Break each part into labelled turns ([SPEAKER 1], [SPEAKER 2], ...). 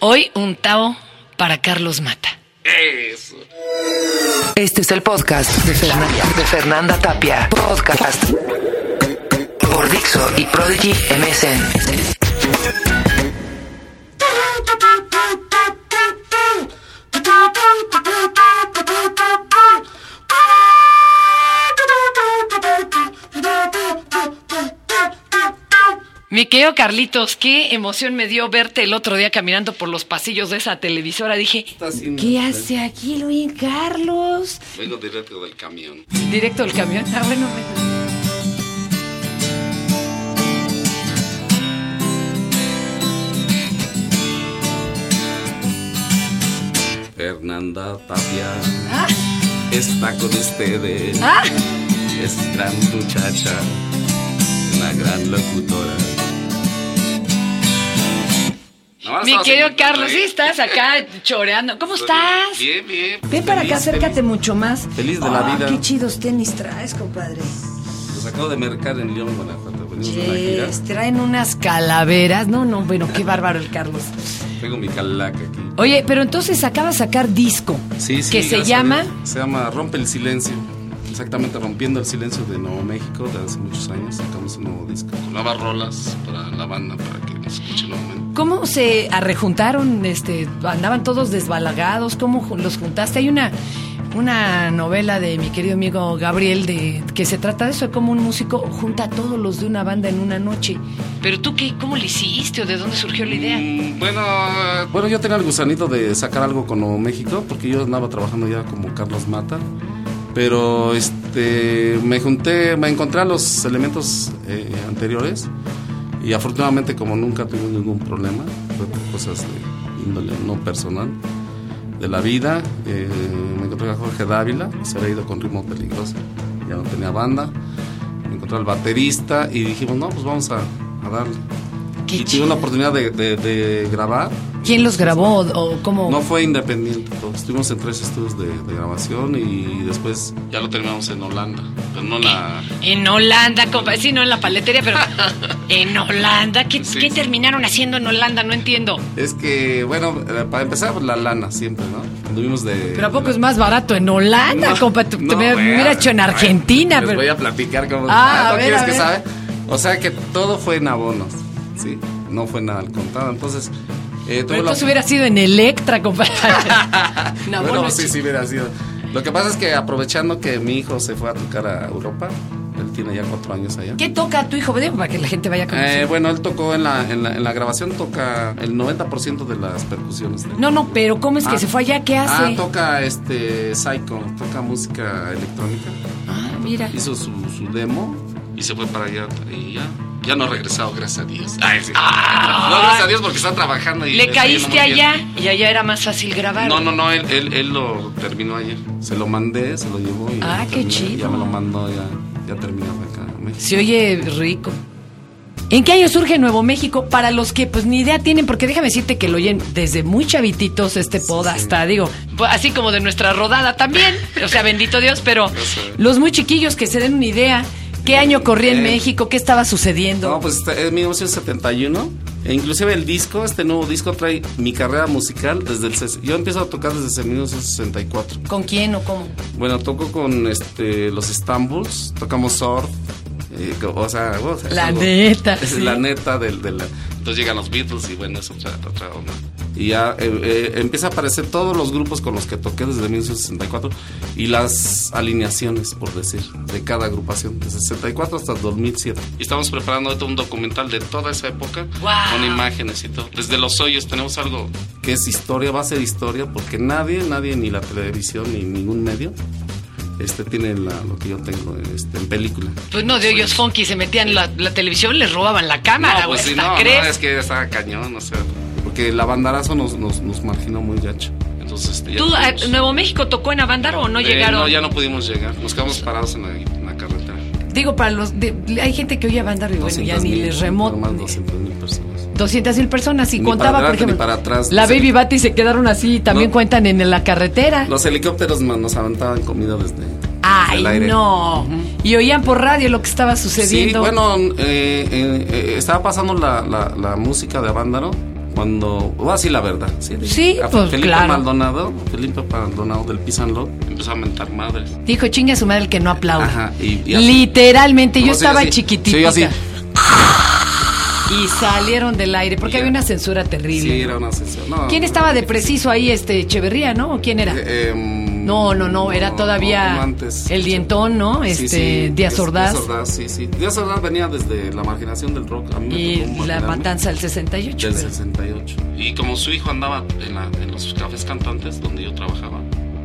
[SPEAKER 1] Hoy un Tao para Carlos Mata.
[SPEAKER 2] Eso.
[SPEAKER 3] Este es el podcast de Fernanda, de Fernanda Tapia. Podcast por Dixo y Prodigy MSN.
[SPEAKER 1] Mi querido Carlitos, qué emoción me dio verte el otro día caminando por los pasillos de esa televisora. Dije, ¿qué hace aquí Luis Carlos?
[SPEAKER 2] Vengo directo del camión.
[SPEAKER 1] Directo del camión. Ah, bueno, bueno.
[SPEAKER 2] Fernanda Tapia está con ustedes.
[SPEAKER 1] Ah.
[SPEAKER 2] Es gran muchacha, una gran locutora. No,
[SPEAKER 1] Mi
[SPEAKER 2] estamos
[SPEAKER 1] querido
[SPEAKER 2] en-
[SPEAKER 1] Carlos, sí estás acá choreando. ¿Cómo estás?
[SPEAKER 2] Bien, bien.
[SPEAKER 4] Ven para acá,
[SPEAKER 2] Feliz,
[SPEAKER 4] acércate
[SPEAKER 2] feliz.
[SPEAKER 4] mucho más.
[SPEAKER 2] Feliz de la
[SPEAKER 4] Ah,
[SPEAKER 2] vida.
[SPEAKER 4] Qué chidos tenis traes, compadre.
[SPEAKER 2] Los acabo de mercar en León, Guanajuato. Venimos de la gira.
[SPEAKER 4] Yes, traen unas calaveras. No, no, bueno, qué bárbaro el Carlos.
[SPEAKER 2] Tengo mi calaca aquí.
[SPEAKER 4] Oye, pero entonces acaba de sacar disco.
[SPEAKER 2] Sí, sí,
[SPEAKER 4] Que se
[SPEAKER 2] gracias
[SPEAKER 4] llama.
[SPEAKER 2] a Dios. Se llama Rompe el Silencio. Exactamente, Rompiendo el Silencio de Nuevo México de hace muchos años. Sacamos un nuevo disco. Nuevas rolas para la banda, para que nos escuchen nuevamente.
[SPEAKER 4] ¿Cómo se arrejuntaron? Este, andaban todos desbalagados. ¿Cómo ju- los juntaste? Hay una, una novela de mi querido amigo Gabriel de que se trata de eso, de cómo un músico junta a todos los de una banda en una noche.
[SPEAKER 1] Pero tú, qué, ¿cómo le hiciste o de dónde surgió la idea?
[SPEAKER 2] Mm, Bueno, eh, bueno, yo tenía el gusanito de sacar algo con Nuevo México, porque yo andaba trabajando ya como Carlos Mata. Pero este, me junté, me encontré a los elementos eh, anteriores y afortunadamente como nunca tuve ningún problema, fue por cosas de índole no personal, de la vida, eh, me encontré a Jorge Dávila, que se había ido con ritmo peligroso, ya no tenía banda, me encontré al baterista y dijimos, no, pues vamos a, a darle.
[SPEAKER 4] Qué
[SPEAKER 2] y tuve
[SPEAKER 4] chido.
[SPEAKER 2] una oportunidad de, de- de grabar.
[SPEAKER 4] ¿Quién los grabó o o cómo?
[SPEAKER 2] No fue independiente, todo. estuvimos en tres estudios de, de grabación y después ya lo terminamos en Holanda, pero no la...
[SPEAKER 1] En Holanda, compa. Sí, no en la paletería, pero en Holanda. ¿Qué,
[SPEAKER 2] Sí,
[SPEAKER 1] qué
[SPEAKER 2] sí.
[SPEAKER 1] terminaron haciendo en Holanda? No entiendo.
[SPEAKER 2] Es que, bueno, eh, para empezar, la lana siempre, ¿no? Anduvimos de...
[SPEAKER 4] Pero ¿a poco
[SPEAKER 2] de-
[SPEAKER 4] es más barato en Holanda,
[SPEAKER 2] No,
[SPEAKER 4] compa? Tú-
[SPEAKER 2] no,
[SPEAKER 4] te me, me
[SPEAKER 2] vea,
[SPEAKER 4] hubiera hecho en
[SPEAKER 2] a ver,
[SPEAKER 4] Argentina,
[SPEAKER 2] les
[SPEAKER 4] pero...
[SPEAKER 2] voy a platicar cómo...
[SPEAKER 4] Ah, a
[SPEAKER 2] ¿no
[SPEAKER 4] ver,
[SPEAKER 2] quieres
[SPEAKER 4] a
[SPEAKER 2] que
[SPEAKER 4] ver.
[SPEAKER 2] sabe? O sea que todo fue en abonos, ¿sí? No fue nada al contado, entonces... Eh, tuve
[SPEAKER 4] Pero
[SPEAKER 2] la-
[SPEAKER 4] entonces hubiera sido en Electra, compa. no,
[SPEAKER 2] bueno,
[SPEAKER 4] bueno,
[SPEAKER 2] sí, sí hubiera sido. Lo que pasa es que aprovechando que mi hijo se fue a tocar a Europa, él tiene ya cuatro años allá.
[SPEAKER 4] ¿Qué toca tu hijo? Digo, Para que la gente vaya con
[SPEAKER 2] Eh, bueno, él tocó en la, en la, en la grabación, toca el 90% de las percusiones. de-
[SPEAKER 4] No, no, pero ¿cómo es que
[SPEAKER 2] Ah.
[SPEAKER 4] se fue allá? ¿Qué hace?
[SPEAKER 2] Ah, toca este psycho, toca música electrónica.
[SPEAKER 4] Ah, mira.
[SPEAKER 2] Hizo su, su demo y se fue para allá y ya. Ya no ha regresado, gracias a Dios. Ay, sí. No, gracias a Dios porque está trabajando. Y
[SPEAKER 1] Le
[SPEAKER 2] está yendo
[SPEAKER 1] caíste
[SPEAKER 2] muy bien.
[SPEAKER 1] allá y allá era más fácil grabar.
[SPEAKER 2] No, no, no, él, él, él lo terminó ayer. Se lo mandé, se lo llevó. Y
[SPEAKER 4] Ah,
[SPEAKER 2] lo
[SPEAKER 4] qué
[SPEAKER 2] terminó,
[SPEAKER 4] chido.
[SPEAKER 2] Ya me lo mandó, ya, ya terminó acá. en México.
[SPEAKER 4] Se oye rico. ¿En qué año surge Nuevo México? Para los que pues ni idea tienen, porque déjame decirte que lo oyen desde muy chavititos este pod hasta, digo,
[SPEAKER 1] Pues, Así como de nuestra rodada también. O sea, bendito Dios, pero
[SPEAKER 4] los muy chiquillos que se den una idea, ¿qué año corría en
[SPEAKER 2] Eh.
[SPEAKER 4] México? ¿Qué estaba sucediendo?
[SPEAKER 2] No, pues este, es 1971. E inclusive el disco, este nuevo disco trae mi carrera musical desde el... ses- Yo empiezo a tocar desde 1964.
[SPEAKER 4] ¿Con quién o cómo?
[SPEAKER 2] Bueno, toco con este, los Stambuls, tocamos surf. eh, co- o sea, o sea, es
[SPEAKER 4] La
[SPEAKER 2] algo-
[SPEAKER 4] neta,
[SPEAKER 2] es
[SPEAKER 4] sí.
[SPEAKER 2] la neta del... del- entonces llegan los Beatles y bueno, es otra, otra onda. Y ya eh, eh, empieza a aparecer todos los grupos con los que toqué desde 1964 y las alineaciones, por decir, de cada agrupación, de 64 hasta 2007. Y estamos preparando ahorita un documental de toda esa época
[SPEAKER 1] Guau.
[SPEAKER 2] con imágenes y todo. Desde los hoyos tenemos algo que es historia, va a ser historia, porque nadie, nadie, ni la televisión, ni ningún medio, este tiene la- lo que yo tengo este, en película.
[SPEAKER 1] pues no, de hoyos funky se metían la, la televisión, les robaban la cámara,
[SPEAKER 4] Ah,
[SPEAKER 2] No,
[SPEAKER 1] güey.
[SPEAKER 2] pues sí,
[SPEAKER 1] ¿hasta
[SPEAKER 2] no,
[SPEAKER 1] crees?
[SPEAKER 2] no, es que estaba cañón, o sea, porque el abandarazo nos, nos, nos marginó muy gacho. Entonces, este, ya
[SPEAKER 1] ¿Tú,
[SPEAKER 2] no
[SPEAKER 4] eh,
[SPEAKER 1] a
[SPEAKER 2] pudimos-
[SPEAKER 1] Nuevo México, tocó en Abandaro o no
[SPEAKER 2] Eh,
[SPEAKER 1] llegaron?
[SPEAKER 2] No, ya no pudimos llegar, nos quedamos parados en la, en la carretera.
[SPEAKER 4] Digo, para los. de- hay gente que oye a Bandar y bueno, ya
[SPEAKER 2] 200.000,
[SPEAKER 4] ni les remoto.
[SPEAKER 2] Más 200 mil personas.
[SPEAKER 4] 200 mil personas. Y
[SPEAKER 2] Ni
[SPEAKER 4] contaba,
[SPEAKER 2] para
[SPEAKER 4] por
[SPEAKER 2] adelante,
[SPEAKER 4] ejemplo.
[SPEAKER 2] ni para atrás.
[SPEAKER 4] la
[SPEAKER 2] Sí.
[SPEAKER 4] Baby Bat y se quedaron así. y También
[SPEAKER 2] No.
[SPEAKER 4] cuentan en la carretera.
[SPEAKER 2] Los helicópteros ma- nos aventaban comida desde, desde
[SPEAKER 4] Ay,
[SPEAKER 2] el aire.
[SPEAKER 4] no. Y oían por radio lo que estaba
[SPEAKER 2] Sí,
[SPEAKER 4] sucediendo.
[SPEAKER 2] bueno, eh, eh, eh, estaba pasando la, la- la música de Avándaro cuando. Va así la verdad. Sí,
[SPEAKER 4] Sí,
[SPEAKER 2] A
[SPEAKER 4] pues,
[SPEAKER 2] Felipe
[SPEAKER 4] claro.
[SPEAKER 2] Maldonado, Felipe Maldonado del Pisanlo, empezó a mentar madres.
[SPEAKER 4] Dijo, chinga su madre el que no aplaude.
[SPEAKER 2] Ajá, y- y así.
[SPEAKER 4] Literalmente, yo
[SPEAKER 2] No, sí,
[SPEAKER 4] estaba
[SPEAKER 2] así.
[SPEAKER 4] chiquitita.
[SPEAKER 2] Sí, así.
[SPEAKER 4] Y salieron del aire, porque
[SPEAKER 2] Ya.
[SPEAKER 4] había una censura terrible.
[SPEAKER 2] Sí, era una sesión. No,
[SPEAKER 4] ¿Quién estaba de preciso ahí, este Echeverría, no? ¿O quién era?
[SPEAKER 2] Eh, em,
[SPEAKER 4] No, no, no, era todavía
[SPEAKER 2] no, antes.
[SPEAKER 4] el dientón, ¿no?
[SPEAKER 2] Sí, sí,
[SPEAKER 4] Este, Díaz
[SPEAKER 2] Díaz-
[SPEAKER 4] Ordaz.
[SPEAKER 2] Díaz Ordaz, sí, sí. Díaz Ordaz venía desde la marginación del rock. A mí me
[SPEAKER 4] Y
[SPEAKER 2] tocó
[SPEAKER 4] la
[SPEAKER 2] marginarme
[SPEAKER 4] matanza del 68.
[SPEAKER 2] Del
[SPEAKER 4] pero-
[SPEAKER 2] 68. Y como su hijo andaba en, la- en los cafés cantantes donde yo trabajaba,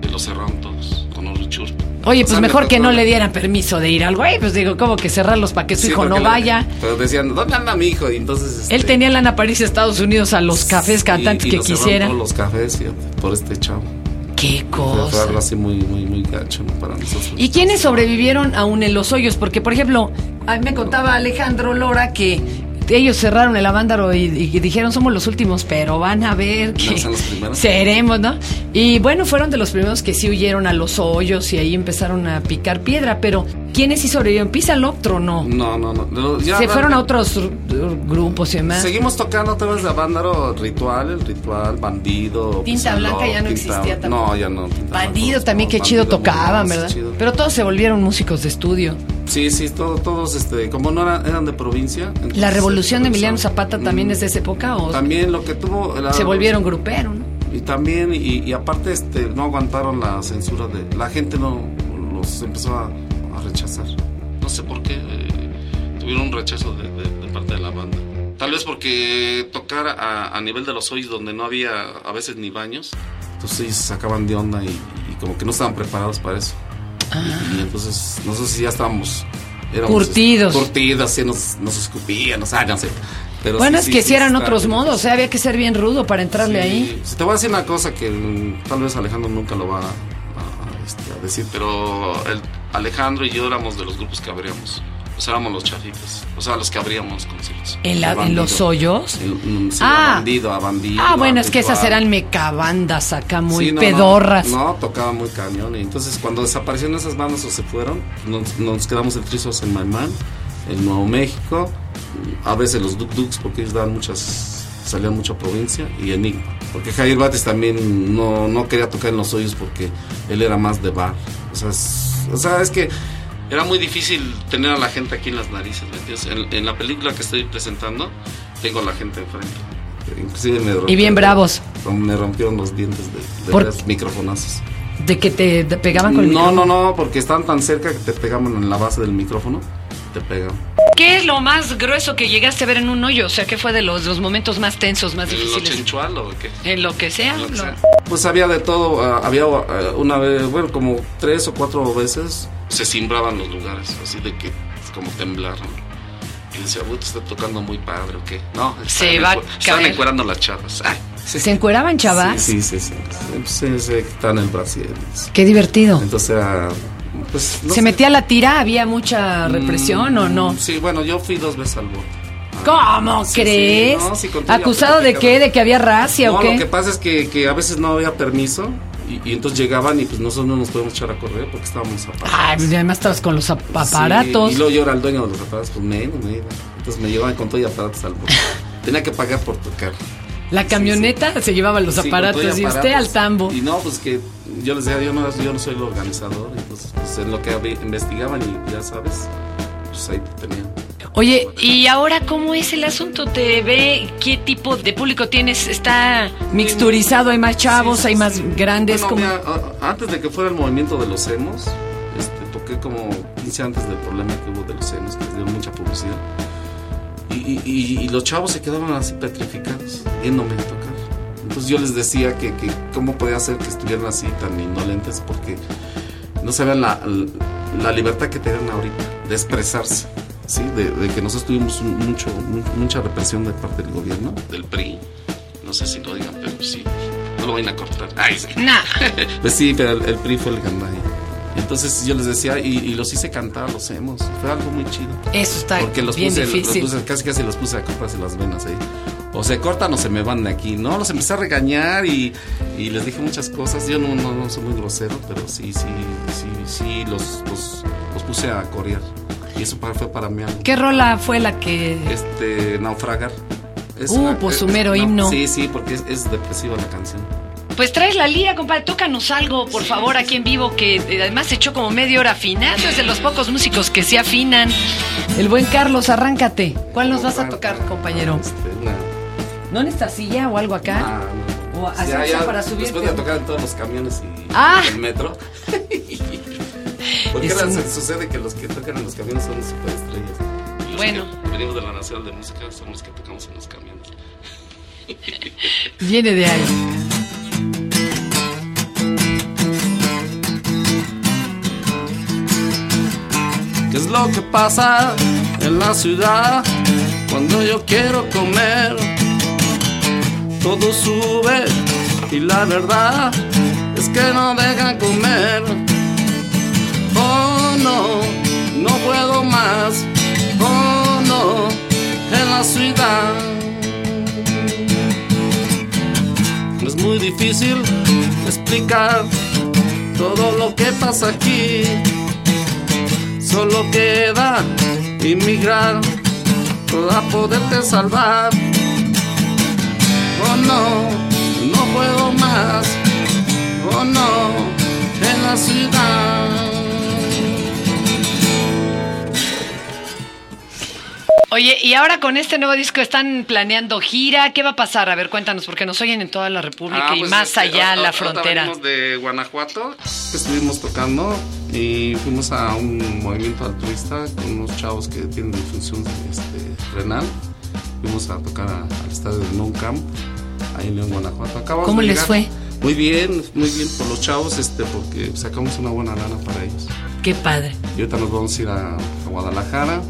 [SPEAKER 2] de los cerraron todos con un churro.
[SPEAKER 4] Oye,
[SPEAKER 2] O
[SPEAKER 4] pues
[SPEAKER 2] sea,
[SPEAKER 4] mejor
[SPEAKER 2] me
[SPEAKER 4] que
[SPEAKER 2] tocó-
[SPEAKER 4] no le dieran permiso de ir al güey. Pues digo, ¿cómo que cerrarlos para que su
[SPEAKER 2] Sí,
[SPEAKER 4] hijo
[SPEAKER 2] porque
[SPEAKER 4] no
[SPEAKER 2] le-
[SPEAKER 4] vaya?
[SPEAKER 2] Pero decían, ¿dónde anda mi hijo? Y entonces.
[SPEAKER 4] Él
[SPEAKER 2] este,
[SPEAKER 4] tenía lana para irse a Estados Unidos a los cafés
[SPEAKER 2] y-
[SPEAKER 4] cantantes
[SPEAKER 2] y
[SPEAKER 4] que
[SPEAKER 2] lo cerraron
[SPEAKER 4] quisiera.
[SPEAKER 2] todos los cafés, fíjate, por este chavo.
[SPEAKER 4] Qué
[SPEAKER 2] Fue- Fue
[SPEAKER 4] cosa.
[SPEAKER 2] algo así muy, muy, muy gacho ¿no? para nosotros.
[SPEAKER 4] Oh, ¿Y quiénes sobrevivieron aún en los hoyos? Porque, por ejemplo, a mí me contaba Alejandro Lora que ellos cerraron el avándaro y, y dijeron somos los últimos, pero van a ver que
[SPEAKER 2] No, son los primeros.
[SPEAKER 4] seremos, ¿no? Y bueno, fueron de los primeros que sí huyeron a los hoyos y ahí empezaron a picar piedra, pero ¿quiénes sí sobrevivieron? ¿Písalo otro no?
[SPEAKER 2] No, no, no. Lo- ya
[SPEAKER 4] Se
[SPEAKER 2] la-
[SPEAKER 4] fueron a otros r- grupos y demás.
[SPEAKER 2] Seguimos tocando temas de Avándaro, Ritual, el Ritual, Bandido.
[SPEAKER 4] Tinta
[SPEAKER 2] Pisaló,
[SPEAKER 4] Blanca ya no
[SPEAKER 2] Tinta-
[SPEAKER 4] existía tampoco.
[SPEAKER 2] No, ya no. Tinta Blanca,
[SPEAKER 4] Bandido
[SPEAKER 2] no,
[SPEAKER 4] también, qué
[SPEAKER 2] Bandido
[SPEAKER 4] chido
[SPEAKER 2] muy
[SPEAKER 4] tocaban,
[SPEAKER 2] bueno,
[SPEAKER 4] ¿verdad?
[SPEAKER 2] sí, chido.
[SPEAKER 4] Pero todos se volvieron músicos de estudio.
[SPEAKER 2] Sí, sí, todo- todos, este, como no eran, eran de provincia. entonces,
[SPEAKER 4] ¿La revolución de
[SPEAKER 2] este,
[SPEAKER 4] Emiliano Zapata también
[SPEAKER 2] mm,
[SPEAKER 4] es de esa época o
[SPEAKER 2] También lo que tuvo. la
[SPEAKER 4] se
[SPEAKER 2] revolución-
[SPEAKER 4] volvieron grupero, ¿no?
[SPEAKER 2] Y también, y, y aparte, este, no aguantaron la censura de. La gente no los empezó a, a rechazar. No sé por qué eh, tuvieron un rechazo de, de- de parte de la banda. Tal vez porque tocar a, a nivel de los hoyos donde no había a veces ni baños. Entonces ellos se sacaban de onda y, y como que no estaban preparados para eso.
[SPEAKER 4] Ah.
[SPEAKER 2] Y, y entonces, no sé si ya estábamos. éramos,
[SPEAKER 4] Curtidos.
[SPEAKER 2] este, Curtidos, sí, nos, nos escupían, nos háganse. Pero
[SPEAKER 4] bueno,
[SPEAKER 2] sí,
[SPEAKER 4] es
[SPEAKER 2] sí,
[SPEAKER 4] que
[SPEAKER 2] sí
[SPEAKER 4] si eran
[SPEAKER 2] está-
[SPEAKER 4] otros modos, o sea, había que ser bien rudo para entrarle
[SPEAKER 2] Sí.
[SPEAKER 4] ahí.
[SPEAKER 2] Sí, Te voy a decir una cosa que mm, tal vez Alejandro nunca lo va a, a- este, a decir, pero el- Alejandro y yo éramos de los grupos que abríamos. O sea, éramos los chafitas. O sea, los que abríamos conciertos.
[SPEAKER 4] ¿En, la-
[SPEAKER 2] De
[SPEAKER 4] en los
[SPEAKER 2] bandido.
[SPEAKER 4] hoyos?
[SPEAKER 2] En- mm, sí,
[SPEAKER 4] Ah.
[SPEAKER 2] a bandido, a bandido.
[SPEAKER 4] ah, bueno,
[SPEAKER 2] a
[SPEAKER 4] es que esas
[SPEAKER 2] ritual.
[SPEAKER 4] eran mecabandas acá muy
[SPEAKER 2] Sí, no, no,
[SPEAKER 4] pedorras.
[SPEAKER 2] No, tocaba muy cañón. Y entonces, cuando desaparecieron esas bandas o se fueron, nos, nos quedamos el Trizos en Maimán, en Nuevo México, a veces los Duk Duks, porque ellos daban muchas, salían mucho a provincia, y Enigma. Porque Javier Bates también no, no quería tocar en los hoyos porque él era más de bar. O sea, es, o sea, es que. Era muy difícil tener a la gente aquí en las narices, ¿me entiendes? En, en la película que estoy presentando, tengo a la gente enfrente. Inclusive me
[SPEAKER 4] Y bien
[SPEAKER 2] rompieron-
[SPEAKER 4] bravos.
[SPEAKER 2] me rompieron los dientes de, de
[SPEAKER 4] ¿Por-
[SPEAKER 2] los microfonazos.
[SPEAKER 4] De que te te pegaban con el
[SPEAKER 2] No,
[SPEAKER 4] micrófono.
[SPEAKER 2] no, no, porque están tan cerca que te pegaban en la base del micrófono. Te pegan.
[SPEAKER 1] ¿Qué es lo más grueso que llegaste a ver en un hoyo? O sea, ¿qué fue de los, los momentos más tensos, más difíciles?
[SPEAKER 2] chenchual o qué?
[SPEAKER 1] En lo que sea. lo-
[SPEAKER 2] Pues había de todo, ah, había ah, una vez, bueno, como tres o cuatro veces se simbraban los lugares, así de que es como temblaron. Y decía, "Uy, te está tocando muy padre o qué. No,
[SPEAKER 1] Se
[SPEAKER 2] estaban
[SPEAKER 1] va a
[SPEAKER 2] encu- estaban
[SPEAKER 1] caer.
[SPEAKER 2] encuerando las chavas. Ay.
[SPEAKER 4] ¿Se encueraban, chavas?
[SPEAKER 2] Sí, sí, sí. sí. Sí, se quitan el brasier.
[SPEAKER 4] Qué divertido.
[SPEAKER 2] Entonces era. Pues, no
[SPEAKER 4] ¿Se
[SPEAKER 2] sé.
[SPEAKER 4] metía la tira? ¿Había mucha represión o no?
[SPEAKER 2] Mm, Sí, bueno, yo fui dos veces al bote.
[SPEAKER 4] ¿Cómo
[SPEAKER 2] Sí, sí,
[SPEAKER 4] crees?
[SPEAKER 2] no, sí, contigo
[SPEAKER 4] ¿Acusado de
[SPEAKER 2] platicaba.
[SPEAKER 4] qué? ¿De que había racia
[SPEAKER 2] no,
[SPEAKER 4] o qué?
[SPEAKER 2] lo que pasa es que, que a veces no había permiso y, y entonces llegaban y pues nosotros no nos podíamos echar a correr porque estábamos apagados.
[SPEAKER 4] Ay, pues, además estabas con los ap-
[SPEAKER 2] Sí,
[SPEAKER 4] aparatos.
[SPEAKER 2] y luego yo era el dueño de los aparatos, pues menos, me iba. Entonces me llevaban con todo y aparatos al bote. Tenía que pagar por tocar.
[SPEAKER 4] la camioneta se llevaba los
[SPEAKER 2] Sí, con todo
[SPEAKER 4] aparatos y usted al tambo.
[SPEAKER 2] Y no, pues que yo les decía, yo no, yo no soy el organizador. Y pues, pues, en lo que había- investigaban y ya sabes, pues ahí te tenían.
[SPEAKER 4] Oye,
[SPEAKER 1] ¿Y ahora cómo es el asunto? ¿Te ve qué tipo de público tienes? Está...
[SPEAKER 4] mixturizado, hay más chavos,
[SPEAKER 2] Sí,
[SPEAKER 4] hay
[SPEAKER 2] sí,
[SPEAKER 4] más
[SPEAKER 2] sí.
[SPEAKER 4] grandes.
[SPEAKER 2] Bueno,
[SPEAKER 4] como...
[SPEAKER 2] mira, a- antes de que fuera el movimiento de los hemos, este, toqué como 15 antes del problema que hubo de los hemos, que les dio mucha publicidad. Y, y- y- y los chavos se quedaban así petrificados, viéndome tocar. Entonces yo les decía que, que cómo podía ser que estuvieran así tan indolentes porque no sabían la, la libertad que tenían ahorita de expresarse. ¿sí? De, de que nosotros tuvimos un- mucho, mu- mucha represión de parte del gobierno, del PRI. No sé si lo digan, pero sí. No lo vayan a cortar. Ay, sí.
[SPEAKER 1] Nah.
[SPEAKER 2] Pues sí, pero el, el PRI fue el gandaya. Entonces yo les decía, y, y los hice cantar, los hemos. Fue algo muy chido.
[SPEAKER 4] Eso está
[SPEAKER 2] Porque los
[SPEAKER 4] bien
[SPEAKER 2] puse, los
[SPEAKER 4] difícil.
[SPEAKER 2] puse- casi casi los puse a cortarse las venas ahí. O se cortan o se me van de aquí, ¿no? Los empecé a regañar y, y les dije muchas cosas. Yo no, no, no soy muy grosero, pero sí, sí, sí, sí, los, los, los puse a corear. Y eso para- fue para mí algo.
[SPEAKER 4] ¿Qué rola fue la que
[SPEAKER 2] Este, naufragar. Es
[SPEAKER 4] Uh,
[SPEAKER 2] la-
[SPEAKER 4] pues su
[SPEAKER 2] es-
[SPEAKER 4] mero himno.
[SPEAKER 2] Sí, sí, porque es, es depresiva la canción.
[SPEAKER 1] Pues traes la lira, compadre. Tócanos algo, por favor, aquí en vivo, que eh, además se echó como media hora afinando. Es de los pocos músicos que se afinan.
[SPEAKER 4] El buen Carlos, arráncate. ¿Cuál nos vas a tocar, compañero?
[SPEAKER 2] Este, una-
[SPEAKER 4] ¿No necesitas silla o algo acá?
[SPEAKER 2] Ah, no.
[SPEAKER 4] O así
[SPEAKER 2] Ya,
[SPEAKER 4] usa
[SPEAKER 2] ya,
[SPEAKER 4] para subirte.
[SPEAKER 2] Después de tocar en todos los camiones y
[SPEAKER 4] Ah.
[SPEAKER 2] el metro. Porque
[SPEAKER 4] Es
[SPEAKER 2] ahora
[SPEAKER 4] un-
[SPEAKER 2] se- sucede que los que tocan en los camiones son superestrellas. Y los
[SPEAKER 1] Bueno.
[SPEAKER 2] que venimos de la Nacional de Música, somos los que tocamos en los camiones.
[SPEAKER 4] Viene de ahí.
[SPEAKER 2] ¿Qué es lo que pasa en la ciudad cuando yo quiero comer? Todo sube y la verdad es que no dejan comer. Oh no, no puedo más. Oh no, en la ciudad. Es muy difícil explicar todo lo que pasa aquí solo queda inmigrar para poderte salvar. Oh no, no puedo más. Oh no, en la ciudad.
[SPEAKER 1] Oye, y ahora con este nuevo disco están planeando gira. ¿Qué va a pasar? A ver, cuéntanos, porque nos oyen en toda la República
[SPEAKER 2] Ah,
[SPEAKER 1] y
[SPEAKER 2] pues,
[SPEAKER 1] más
[SPEAKER 2] este,
[SPEAKER 1] allá
[SPEAKER 2] ahor-
[SPEAKER 1] la
[SPEAKER 2] ahorita
[SPEAKER 1] frontera.
[SPEAKER 2] venimos de Guanajuato, que estuvimos tocando y fuimos a un movimiento altruista con unos chavos que tienen disfunción este, renal. Fuimos a tocar a- al estadio de Nou Camp, ahí en León, Guanajuato. Acabamos
[SPEAKER 4] ¿Cómo
[SPEAKER 2] de
[SPEAKER 4] les
[SPEAKER 2] llegar.
[SPEAKER 4] fue?
[SPEAKER 2] Muy bien, muy bien por los chavos, este, porque sacamos una buena lana para ellos.
[SPEAKER 4] Qué padre.
[SPEAKER 2] Y ahorita nos vamos a ir a, a Guadalajara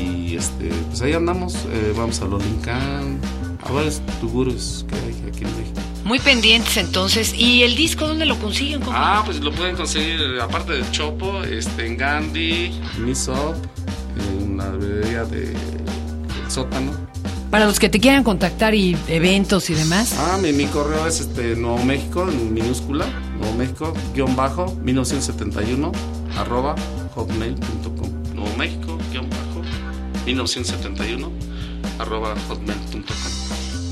[SPEAKER 2] y este, pues ahí andamos, eh, vamos a Lolincán, a varios tugures que hay aquí en México.
[SPEAKER 1] Muy pendientes entonces. ¿Y el disco dónde lo consiguen? compadre?
[SPEAKER 2] Ah, pues lo pueden conseguir, aparte del Chopo, este, en Gandhi, Misop, en la librería de El Sótano.
[SPEAKER 4] Para los que te quieran contactar y eventos y demás.
[SPEAKER 2] Ah, mi, mi correo es este, Nuevo México, en minúscula, Nuevo México, guión bajo, 1971, arroba, hotmail.com. Nuevo México, guión bajo, 1971, arroba, hotmail.com.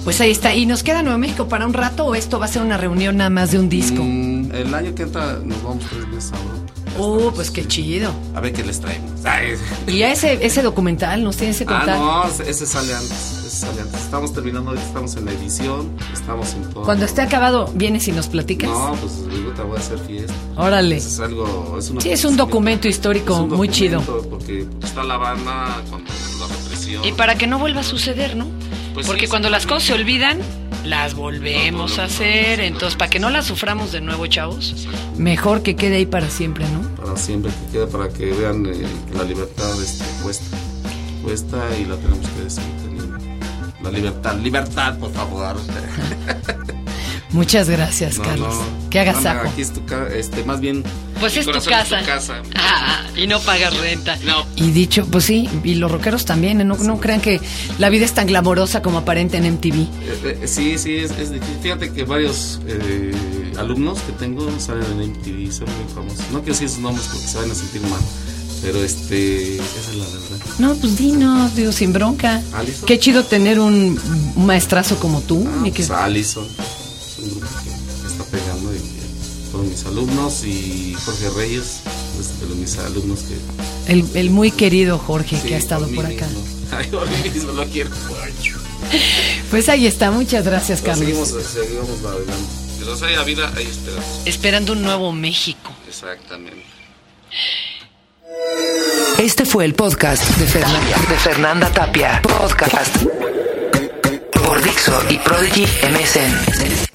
[SPEAKER 4] Pues ahí está. ¿Y nos queda Nuevo México para un rato o esto va a ser una reunión nada más de un disco?
[SPEAKER 2] Mm, el año que entra nos vamos tres meses a Europa.
[SPEAKER 4] Oh, pues qué chido.
[SPEAKER 2] A ver qué les traemos. Ay.
[SPEAKER 4] Y ya ese, ese documental, nos tienes que contar.
[SPEAKER 2] Ah, no, ese sale antes. Ese sale antes. Estamos terminando, ahorita estamos en la edición, estamos en todo.
[SPEAKER 4] Cuando esté acabado, vienes y nos platicas.
[SPEAKER 2] No, pues luego te voy a hacer fiesta.
[SPEAKER 4] Órale.
[SPEAKER 2] Eso es algo. Es un
[SPEAKER 4] Sí, es un documento histórico
[SPEAKER 2] Es un
[SPEAKER 4] muy chido.
[SPEAKER 2] documento, Porque pues, está la banda con la represión.
[SPEAKER 1] Y para que no vuelva a suceder, ¿no?
[SPEAKER 2] Pues
[SPEAKER 1] Porque
[SPEAKER 2] sí, sí,
[SPEAKER 1] cuando las
[SPEAKER 2] sí.
[SPEAKER 1] cosas se olvidan, las volvemos
[SPEAKER 2] No, no,
[SPEAKER 1] a
[SPEAKER 2] no,
[SPEAKER 1] hacer.
[SPEAKER 2] no, no,
[SPEAKER 1] Entonces,
[SPEAKER 2] no,
[SPEAKER 1] para que
[SPEAKER 2] no,
[SPEAKER 1] no las suframos de nuevo, chavos.
[SPEAKER 4] Mejor que quede ahí para siempre, ¿no?
[SPEAKER 2] Para siempre que quede, para que vean eh, que la libertad este, cuesta. Cuesta y la tenemos que seguir teniendo. La libertad, libertad, por favor.
[SPEAKER 4] Muchas gracias, Carlos. Que hagas
[SPEAKER 2] Anda,
[SPEAKER 4] saco.
[SPEAKER 2] Aquí es tu ca- este, más bien.
[SPEAKER 1] Pues
[SPEAKER 2] mi
[SPEAKER 1] es tu
[SPEAKER 2] corazón
[SPEAKER 1] casa.
[SPEAKER 2] casa.
[SPEAKER 1] Ah, y no pagas renta.
[SPEAKER 2] No,
[SPEAKER 4] Y dicho, pues sí, y los rockeros también, ¿eh? no, no crean que la vida es tan glamorosa como aparenta en MTV.
[SPEAKER 2] Eh, eh, Sí, sí, es, es difícil. Fíjate que varios eh, alumnos que tengo salen en MTV, son muy famosos. No quiero decir sus nombres porque se van a sentir mal, pero este, esa es la verdad.
[SPEAKER 4] No, pues dinos, digo, sin bronca.
[SPEAKER 2] ¿Alison?
[SPEAKER 4] Qué chido tener un, un maestrazo como tú.
[SPEAKER 2] Ah,
[SPEAKER 4] mi
[SPEAKER 2] pues
[SPEAKER 4] que-
[SPEAKER 2] Allison, es un grupo que está pegando y eh, todos mis alumnos y Jorge Reyes, es de los- mis alumnos que...
[SPEAKER 4] el, el muy querido Jorge
[SPEAKER 2] sí,
[SPEAKER 4] que ha estado
[SPEAKER 2] mí
[SPEAKER 4] por acá.
[SPEAKER 2] mismo. Ay, por mí mismo lo quiero.
[SPEAKER 4] Pues ahí está, muchas gracias,
[SPEAKER 2] Pero
[SPEAKER 4] Carlos.
[SPEAKER 2] seguimos, seguimos adelante. Mientras haya vida, ahí esperamos.
[SPEAKER 1] Esperando un nuevo México.
[SPEAKER 2] Exactamente.
[SPEAKER 3] Este fue el podcast de Fernanda, de Fernanda Tapia. Podcast por Dixo y Prodigy MSN.